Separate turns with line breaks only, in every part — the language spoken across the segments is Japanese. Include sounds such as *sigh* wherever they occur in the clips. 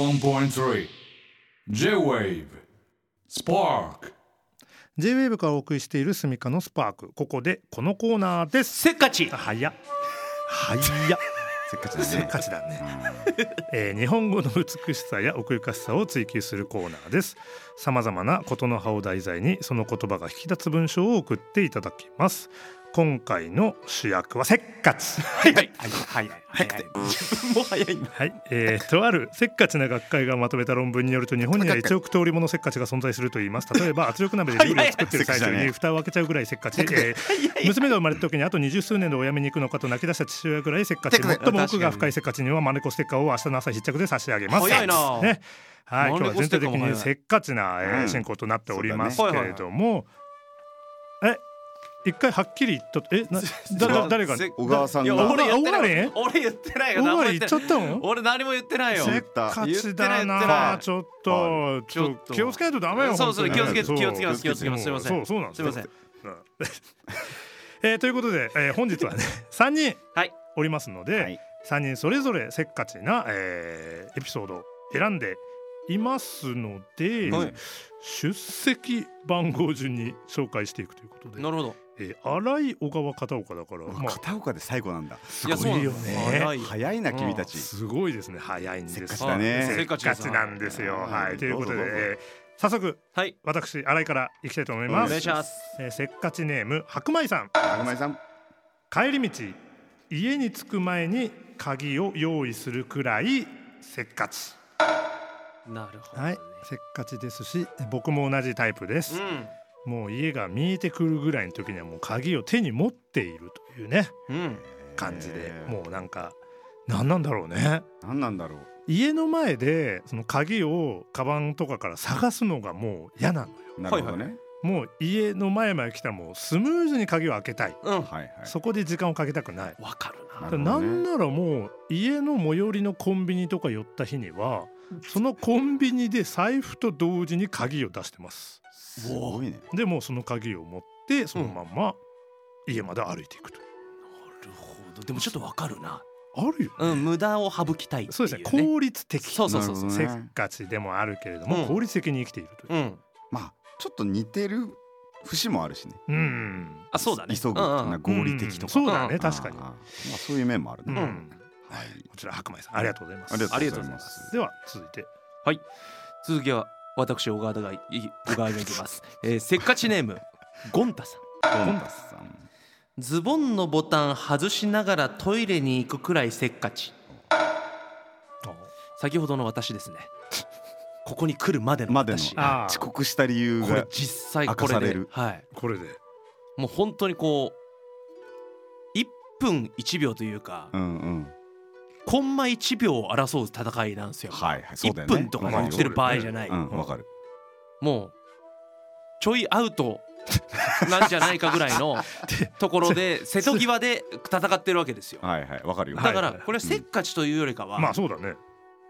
81.3 J-Wave Spark
J-WAVE からお送りしているスミカのスパークここでこのコーナーです
せっかち
早っ早っ
せっかち
*laughs* せっかちだね、えー日本語の美しさや奥ゆかしさを追求するコーナーですさまざまなことの葉を題材にその言葉が引き立つ文章を送っていただきます今回の主役はせっかち
はいはいはいはい早くて自分も早いんだ
はい、えー、とあるせっかちな学会がまとめた論文によると日本には1億通りものせっかちが存在すると言い
*laughs*
ます例えば圧力鍋で料理を作ってる最中に蓋を開けちゃうぐらいせっかち、えー娘が生まれた時にあと二十数年でお嫁に行くのかと泣き出した父親ぐらいせっか
*laughs*
ち
せっかち
最も奥が深いせっかちにはマネコステッカーを明日の朝必着で差し上げます
早いな
ねはい、今日は
マネコ
全
ス
体
テッカ
的
ーも早い
にせっかちな、えー
うん
進行となっております
そう
け
だね
れども、え一回はっきり言っとえ
*laughs*
なだだ誰が
せ小川さん
いや
小
が
川
俺言ってな
小
い
川
俺言ってないよ
お
何も
前言
言
っ
っ
ちゃ
て
っ
ない
たの
俺何も言ってないよ
せっかちだ
言ってな
ないちょっとちょっと気をつけないとダメよ
そうそう
本当にね
気をつけ気をつけます
そう
気をつけますすいません
そうそうなんです
すいません
えーということで、えー本日はね三人
はい
おりますので、
はい
三人それぞれせっかちな、えーエピソードを選んでいますので、
はい
出席番号順に紹介していくということで
な、るほど
えー、新井小川片岡だから、まあ、
片岡で最後なんだ
いや
すごいよね
そうなんだ早いよ
早いな君たち
すごいですね早いんです
せっかちだね
せっか
せっかちです
ちなんですよ
はい
はいということで、
どうぞどうぞ
えー早速
はい
私新井から行きたいと思い
お
ま
お
す
願い
願い
し
し
ま
ます
えーせっかちネーム白米さん
中前さん
帰り道家に着く前に鍵を用意するくらいせっかち
なるほど
はいせっかちですし僕も同じタイプです、もう家が見えてくるぐらいの時にはもう鍵を手に持っているというね
うんうん
感じで
へー
もうなんか何なんだろうね
何なんだろう
家の前でその鍵をカバンとかから探すのがもう嫌なのよ
なるほどね
もう家の前まで来たらもうスムーズに鍵を開けたい、
うん
はいはい
そこで時間をかけたくない
わかるな
なるほどね
なんならもう家の最寄りのコンビニとか寄った日にはそのコンビニで財布と同時に鍵を出してます
すごいね
でもうその鍵を持ってそのまんま家まで歩いていくと、
なるほどでもちょっとわかるな
あるよ
うん無駄を省きたいってい
そうですね効率的
そうそうそうそう
な
せ
る
っ
ほどね
かちでもあるけれども、
うん
効率的に生きているという、
うん
まあちょっと似てる節もあるしね
うん
あそうだね
急ぐっていうのは合理的とか
うんそうだね
うん
確かに
あーまあそういう面もある
うん、
ねはい
こちら白米さんありがとうございます
ありが
ありが
と
と
う
う
ご
ご
ざ
ざ
い
い
ま
ます
では続いて
続きは私小川がい小川がいきます、えー、せっかちネームゴンタさん
ゴンタスさん
ズボンのボタン外しながらトイレに行くくらいせっかち先ほどの私ですね
*laughs*
ここに来るまでの
までの
私
あー
遅刻した理由
これ
が
実際
明
こ
かさ
れ
れ
で
る
はい
これで
もう本当にこう1分1秒というか、
うんうん
コンマ1秒を争う戦いなんですよ、
はいはいそう
一
だよね
1分とか
わか
言
る
っ
よ
てる場合じゃない、
うんわかる
もうちょいアウト *laughs* なんじゃないかぐらい
*laughs*
のところで瀬戸際で戦ってるわけですよ
はいはいわかるよ
だか
は
ら
い
これはせっかちというよりかは、
まあそうだね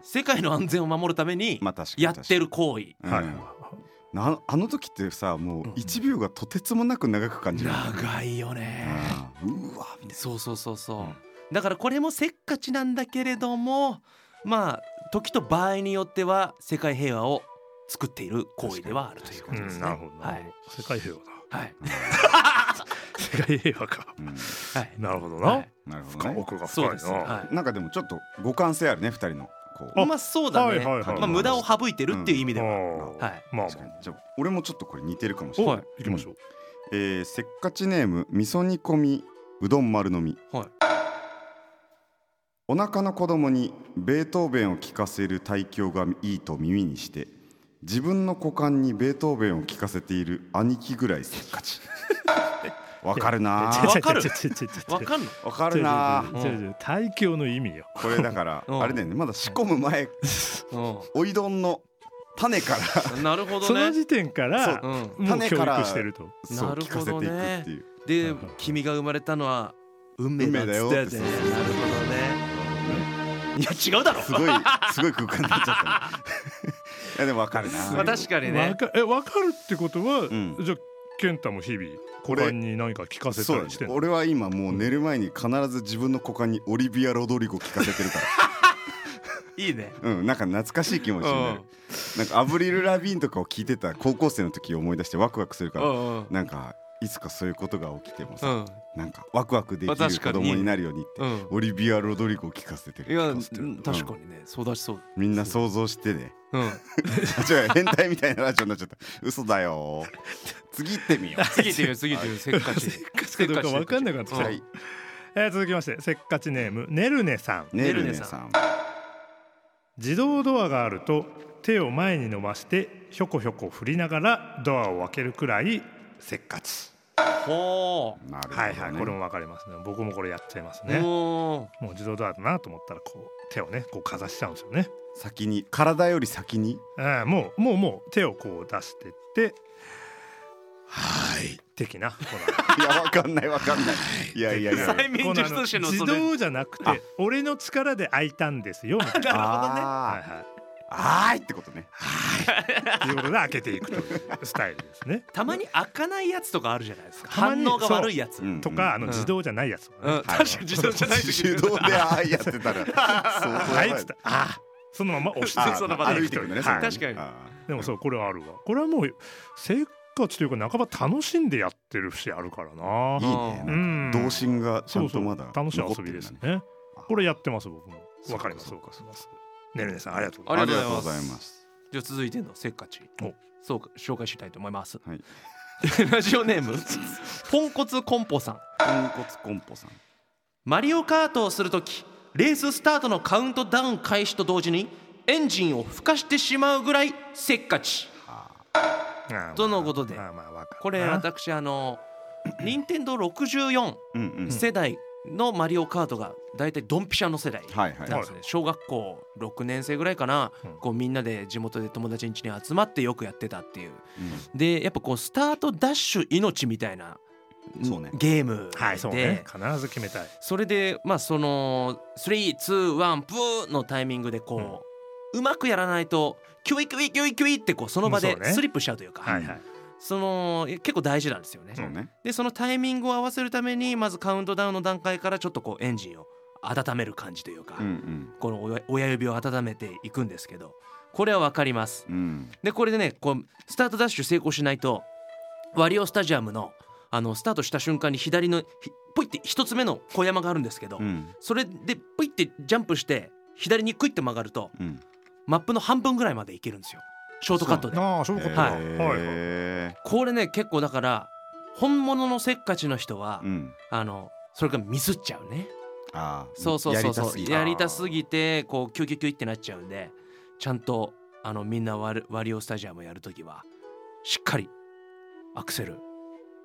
世界の安全を守るために
まあ確かに
やってる行為
確かにうんなあの時ってさもう1秒がとてつもなく長く感じる
長いよね
うんうわみたい
そうそうそうそう、
うん
だからこれもせっかちなんだけれどもまあ時と場合によっては世界平和を作っている行為ではあるということですね
なるほど、
はい
世界平和だ
はい
世界平和 *laughs* か
な、
はい
なるほどな、
はい
うんなるほど
深
ね
奥が深い
そう
な
ですねは
なんかでもちょっと互換性あるね二人のこう
いまあそうだね、
はいはいはい
まあ、無駄を省いてるっていう意味では、
あー
はい
まあ
確かにじゃあ俺もちょっとこれ似てるかもしれ
お
ない
行きましょう、
えー、せっかちネーム味噌煮込みうどん丸飲み、
はい
お腹の子供にベートーベンを聞かせる体調がいいと耳にして自分の股間にベートーベンを聞かせている兄貴ぐらいせっか
*laughs*
ちわかるな
ち
あ
ょ
ぁ
わかる
ちょちょちょちょちょ
わかんの
わかるなぁ
ちょちょちょちょ大教の意味よ
*laughs* これだから
うん
あれだよねまだ仕込む前おいどんの種から
うんなるほ
そ
ど
の
ね
時点から
う
も
ん
う
種
教
から
育してると
そう
なる
聞か
ほ
せてい
ど
く
ね
っていう
で君が生まれたのは運命だっつって
運命だよってそう
なる
そう
ほ
そう
どねいや違うだろ
すごいすごい空間になっちゃったね *laughs* いやでもわかるなぁ
まあ、確かに
わ
ね
かえわかるってことは
ん
じゃあ健太も日々股間に何か聞かせ
そう
た
だ
りして
ね
んの
俺は今もう寝る前に必ず自分の股間にオリビア・ロドリゴ聞かせてるから
いい *laughs* ね
うん、なんか懐かしい気持ちになるなんかアブリル・ラビーンとかを聞いてた高校生の時を思い出してワクワクするか
う
ら
んうん
なんかいつかそういうことが起きても
う
さ、
ん
なんかワクワクでき
まあ確
る
か
子
に
供になるようにって、
うん
オリビア・ロドリゴを聞かせてる
いや
聞せてる
うん確か
うん
にねそうだしそう
みんな想像してね
うん
あ違う変態みたいなラジオになっちゃった嘘だよ次行ってみよう
次行ってみよう次行ってみようせっかち
*laughs* せっかちかどうか分かんなくなってきた
う
は
はいえー続きましてせっかちネームねるねさん
ねるねさん
自動ドアがあると手を前に伸ばしてひょこひょこ振りながらドアを開けるくらいせっかち、
ほう
なるほど、ね、
はいはいこれも分かりますね僕もこれやっちゃいます
う
ね
ん
もう自動ドアだなと思ったらこう手をねこうかざしちゃうんですよね
先に体より先に
ああもうもうもう手をこう出してってはい的なこ
いやわかんないわかんないいやいやいや
催眠術師の
こ
そ
のあの
れ
自動じゃなくて俺の力で開いたんですよみたいなはい
あ
はい
ーあーいってことね
ということで開けていくというスタイルですね。
たまに開かないやつとかあるじゃないですか
たま
反
に
応が悪いやつうん
ん
とかあ
う
の
ん
自動じゃないやつとかね、
確かに自動じゃない時
手動でああやってたら相当
は
やば
いっつったああそのまま押して
あ
その場で
歩いてくるね、
はい
その
確かに
あ
でもそうこれはあるわこれはもうせっかちというか半ば楽しんでやってる節あるからな
ーいいねなんか
うん
童心がちゃ
そうんそ
と
う
まだ
楽しい遊びですね
残ってるんだあ
これやってます僕も
そ
わ
うか
かります
そ
わ
う
か
か
りますねるねさんありがとうござい
あ
ま
り
りが
がとう
とうご
ご
ざ
ざ
い
い
ます
じゃあ続いてのせっかち
お
そうか紹介したいと思います、 *laughs*
はい
ラジオネームポンコツコンポさん
ポンコツコンポさん
マリオカートをするときレーススタートのカウントダウン開始と同時にエンジンを吹かしてしまうぐらいせっかち
すああ
とのことで
まあまあわかるな
これ私あの任天堂64
うんうん
世代のマリオカートがだいたいドンピシャの世代
はいはい
なんですね小学校6年生ぐらいかな、
うん
こうみんなで地元で友達ん家に集まってよくやってたっていう
うん
でやっぱこうスタートダッシュ命みたいな、
そうね
ゲームで、
はいそうね必ず決めたい
それでまあその321ブーのタイミングでこう、うまくやらないとキュイキュイキュイキュイってこうその場
うん
で
そうね
スリップしちゃうというか、
はいはい
その結構大事なんですよね。
そうね
でそのタイミングを合わせるためにまずカウントダウンの段階からちょっとこうエンジンを温める感じというか、
うん
この親親指を温めていくんですけどこれは分かります。
うんうん
でこれでねこうスタートダッシュ成功しないとワリオスタジアムのあのスタートした瞬間に左のひポイって一つ目の小山があるんですけど、
うん
それでポイってジャンプして左にクイって曲がると
うん
マップの半分ぐらいまで行けるんですよショートカットで。
ああそういうことか
はい
はい
へ
これね結構だから本物のせっかちの人は、
ーうん
あのそれからミスっちゃうね。
あー
そうそうそうそうやりたす
て
ぎてこうキュキュキュってなっちゃうんでちゃんとあのみんなワルワリオスタジアムやるときはしっかりアクセル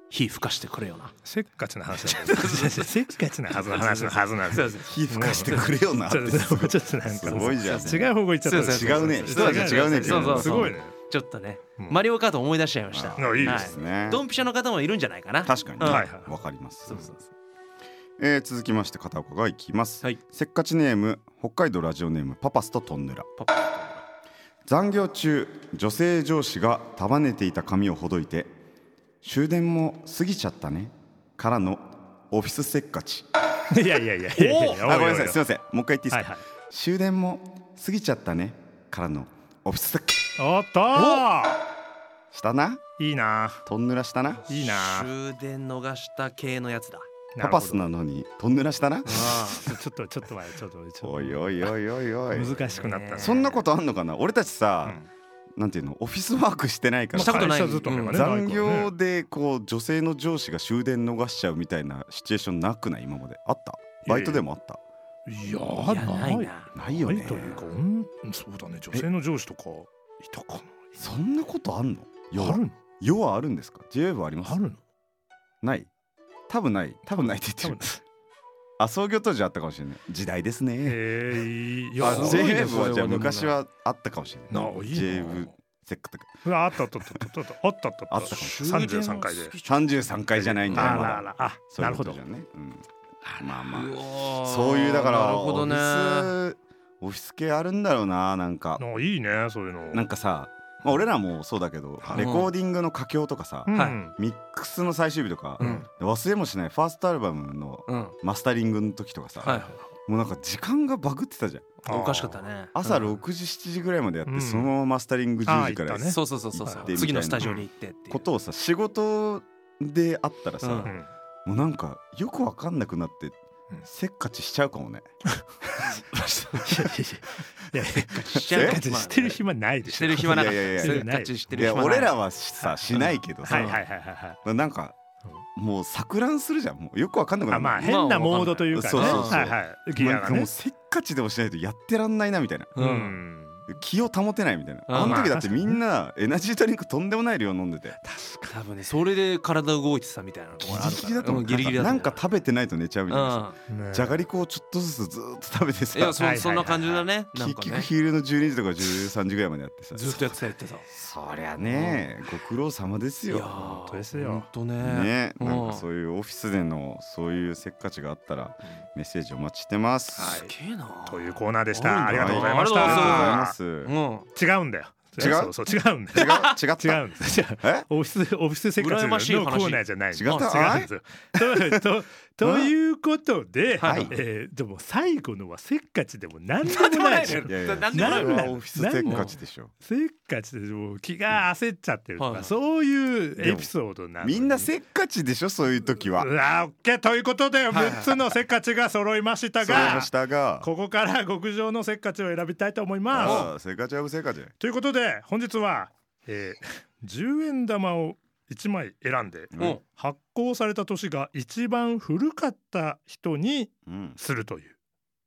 火吹かしてくれよな。
せっかちな話なんだけど
*laughs*
せっかちなはずの話のはずなんですよ
火吹かしてくれよな
*laughs*
っ
ち
て
ょっとちょっとなんか
すごいじゃん
違う方向行っちゃった
そうそう
違うね人味が違うね
そうそうそう
すごいね
ちょっとね、
うん
マリオカート思い出しちゃいました。
あいいです
ですね
ドンピシャの方もいるんじゃないかな。
確かにね
うん
はいはい
わかります
そうそうそう
えー続きまして片岡がいきます、
はい
せっかちネーム北海道ラジオネームパパスとトンネラ
パパ
残業中女性上司が束ねていた髪をほどいて終電も過ぎちゃったねからのオフィスせっかち
いやいやいやいやいや
おー
い
あ
や
ごめんな
おお
さいすいませんもう一回言っていいですか、
はいはい
終電も過ぎちゃったねからのオフィスせっかち
おっとー
したない
いな
トンネラしたな
ーいいなー
終電逃した系のやつだ。
パパス
なる
なのにトンネラしたな *laughs*
あ
ほどちょっとちょっと前ちょっとちょ
お
っ
いおいおいおいおい
と難しくなったね
そんなことあんのかな俺たちさ、なんていうのオフィスワークしてないから
したことない
会社ずっとね
うん
残業
ね
でこう女性の上司が終電逃しちゃうみたいなシチュエーションなくない今まであったバイトでもあった
い
あ、
や
いや
な
ないいな。
ないよ
ない
ね
というかうんそうだね女性の上司とかいたか
そんなことあんの
な
世
あ
は
るの
世はあるんですか j w はあります
あるの
ない多分ない多分ないって
多
言っ
分
てるあ創業当時あったかもしれない時代ですね、
えーい
あ
やすごいね
j w はじゃあ
それでも
昔はあったかもしれ
な
ない
あいいな
j w セックとか
うわあったあったあったあったあったあった
あったかも
三十三回で
33回じゃないん
あ
だよま
らあ
だ
らあ
そう
な
い
る
うこ
ほど
とじゃね、うん、まあまあ
わー
そういうだから
なるほどね。
オフィスオフィス系あるんだろうななんか
あいいねそういうの
なんかさ、まあ、俺らもそうだけど
い
レコーディングの佳境とかさ、
うん
はい
ミックスの最終日とか、
うん
忘れもしないファーストアルバムの
うん。
マスタリングの時とかさ、
はい。
もうなんか時間がバグってたじゃん
おかしかったね
朝
うん
6時7時ぐらいまでやって、
うん
そのままマスタリング10時から
あー行ったね
やる
そうそうそうそうそ
行ってみたい
次
うな
のスタジオに行ってっていう
ことをさ仕事であったらさ、
うん
うん
もうなんかよくわかんなくなって、せっかちしちゃうかもね
いやいや
しちゃう
え
だ *laughs* ってしてる暇ないでしょ。
してる暇なかっ
いやいやい
た
や
せっかちして
い
る
や
暇ない
俺らはさしないけどさ、
はいはいはいはいはい。
なんかもう錯乱するじゃんもうよくわかんなくな
あ
る
まあ変なモードというかね。
まあまあ
はいはい。ギア
なん
が
かも
ね
う。せっかちでもしないとやってらんないなみたいな
う
うんん。
気を保てないみたいな
うん
あの時だって
まあ
みんなエナジードリンクとんでもない量飲んでて
多分ねそれで体動いてたみたいなの
ギ
があ
リ
る
ギ
か
リ
ら
だと思
う
う
んギリギリだと
な
思
ん
う
か食べてないと寝ちゃうみたいなさ
ね
じゃがりこをちょっとずつずーっと食べて
うんいや
さ
そそんな感じだねなん
結
か
局
ね
昼の12時とか13時ぐらいまでやってさ
ずっとやってたやってた
そりゃねご苦労様です
いやー
よ
本当ですよ
本当ね
ね
うん
なんかそういうオフィスでのそういうせっかちがあったらメッセージお待ちしてます
すげえな
というコーナーでし
は
た。
い
ありがとうございまし
ありがとうござい
た。
う
うん
違うんだよ。
違う
そうそう違うんだよ。
ます違う違っ
違
た
うんです。違う
え
オフィスオフィス生活
羨
のコ
ましい話
ーナーじゃない。
違っ
あ
た
違うんですよ。ととということで、
はい
えーでも最後のはせっかちでも何で
なんで
も
も
な
ない
い
の
じゃ
よ
ん。 *laughs*
いやいや
なんで
な
もないい
の
の
よ
よ
オフィスせっかちでしょ
せっかちでもう気が焦っちゃってるとか、
はい
そういうエピソードなのに
みんなせっかちでしょそういう時は
うわオッケーということで
はい
6つのせっかちが揃いました
そ
が、
れましたが
ここから極上のせっかちを選びたいと思います。
ああせっかちはせっかち
ということで本日は、えー、10円玉を1枚選んで
うん
発行された年が一番古かった人に
うん
するという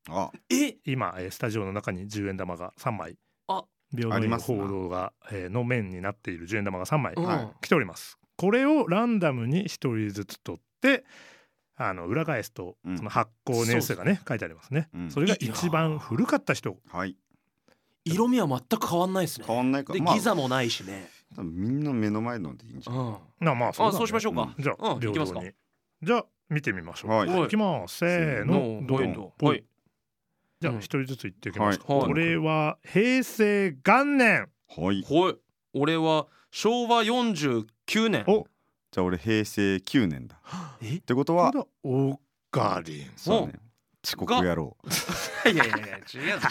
あ
え
今、えースタジオの中に10円玉が3枚
あ
平等
あり
院
ます
報
な
道が、えーの面になっている10円玉が3枚
うん
はい
来ておりますこれをランダムに1人ずつ取ってあの裏返すと
うん
その発行年数がね、書いてありますね、
うん
それが一番古かった人
はい
色味は全く変わんないですね
変わんないか
で
まあ
ギザもないしね
多分みんな目の前のでいいんじゃ
う
ない
んあ
なまあそう,、
そうしましょうか
じゃあ、
うん
平
いきます
等
か
にじゃあ見てみましょう、、
はいい
お
きますせーの
の
ど
ど
う
はい
ん
ど
どはい
じゃあ
うん
一人ずつ言っていきますか、
はい
これは平成元年
はいじ
はい俺は昭和49年
お
ゃあ俺平成9年だ
え
ってことは
これだオガリン
そうね遅刻野郎
いやいやいや違うぞ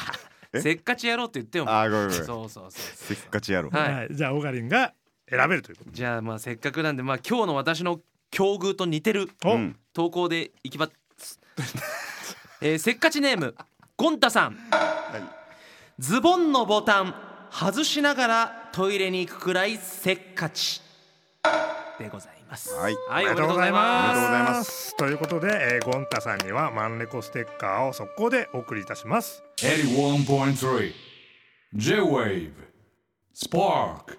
*laughs*
え
せっかちやろうって言ってよも
あーごめん
う
ごめん
そうそうそ
せ
う
っかち野郎
はい
はい、じゃあオガリンが選べるということで
じゃあまあせっかくなんでまあ今日の私の境遇と似てる
お、。
うん
投稿でいきます、 *laughs* えーせっかちネームゴンタさん、ズボンのボタン外しながらトイレに行くくらいせっかちでございます
はい
はい、おめでとうございます
おめでとうございます
ということで、えー、ゴンタさんにはマンレコステッカーを速攻でお送りいたします。
81.3 J-Wave Spark